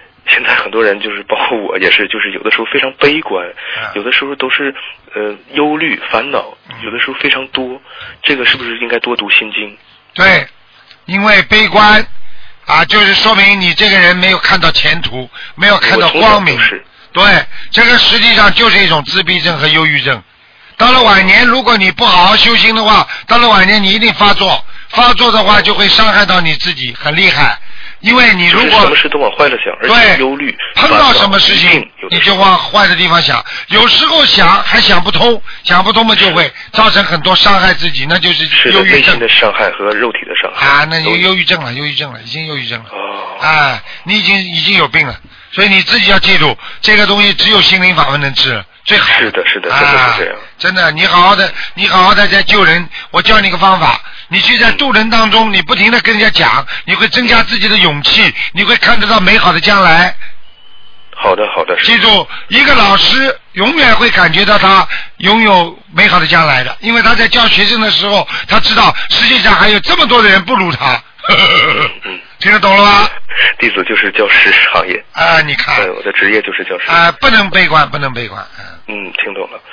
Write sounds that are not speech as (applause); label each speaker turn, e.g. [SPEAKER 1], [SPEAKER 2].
[SPEAKER 1] (laughs) 多人就是包括我也是，就是有的时候非常悲观，
[SPEAKER 2] 嗯
[SPEAKER 1] 有的时候都是呃忧虑、烦恼，有的时候非常多。这个是不是应该多读心经？
[SPEAKER 2] 对，因为悲观啊，就是说明你这个人没有看到前途，没有看到
[SPEAKER 1] 我从小
[SPEAKER 2] 光明
[SPEAKER 1] 都。是
[SPEAKER 2] 对，这个实际上就是一种自闭症和忧郁症。到了晚年，如果你不好好修心的话，到了晚年你一定发作，发作的话就会伤害到你自己，很厉害。因为你
[SPEAKER 1] 就
[SPEAKER 2] 如
[SPEAKER 1] 是什
[SPEAKER 2] 果
[SPEAKER 1] 么事都往坏了想，而
[SPEAKER 2] 对
[SPEAKER 1] 且忧虑、
[SPEAKER 2] 碰到什么事
[SPEAKER 1] 烦恼
[SPEAKER 2] 情
[SPEAKER 1] 有，的
[SPEAKER 2] 你
[SPEAKER 1] 时
[SPEAKER 2] 就
[SPEAKER 1] 候
[SPEAKER 2] 往坏的地方想，有时候想还想不通，想不通嘛就会造成很多伤害自己，那就是
[SPEAKER 1] 是的
[SPEAKER 2] 忧郁
[SPEAKER 1] 内
[SPEAKER 2] 症
[SPEAKER 1] 心的伤害和肉体的伤害
[SPEAKER 2] 啊，那就
[SPEAKER 1] 都有
[SPEAKER 2] 忧郁症了，忧郁症了，已经忧郁症了。
[SPEAKER 1] 哦，
[SPEAKER 2] 啊，你已经已经有病了，所以你自己要记住，这个东西只有心灵法门能治，最好。
[SPEAKER 1] 是的是的真的是
[SPEAKER 2] 啊，
[SPEAKER 1] 这样
[SPEAKER 2] 真的，你好好的，你好好的在救人。我教你个方法，你去
[SPEAKER 1] 嗯
[SPEAKER 2] 在渡人当中，你不停的跟人家讲，你会增加自己的勇气，你会看得到美好的将来。
[SPEAKER 1] 好的好的，是
[SPEAKER 2] 记住，一个老师永远会感觉到他拥有美好的将来的，因为他在教学生的时候，他知道世界上还有这么多的人不如他。 (laughs)
[SPEAKER 1] 嗯，
[SPEAKER 2] 听得懂了吗？
[SPEAKER 1] 弟子就是教师行业，嗯
[SPEAKER 2] 啊，你看，啊
[SPEAKER 1] 对，我的职业就是教师。
[SPEAKER 2] 啊、不能悲观，不能悲观。嗯
[SPEAKER 1] 嗯，听懂了。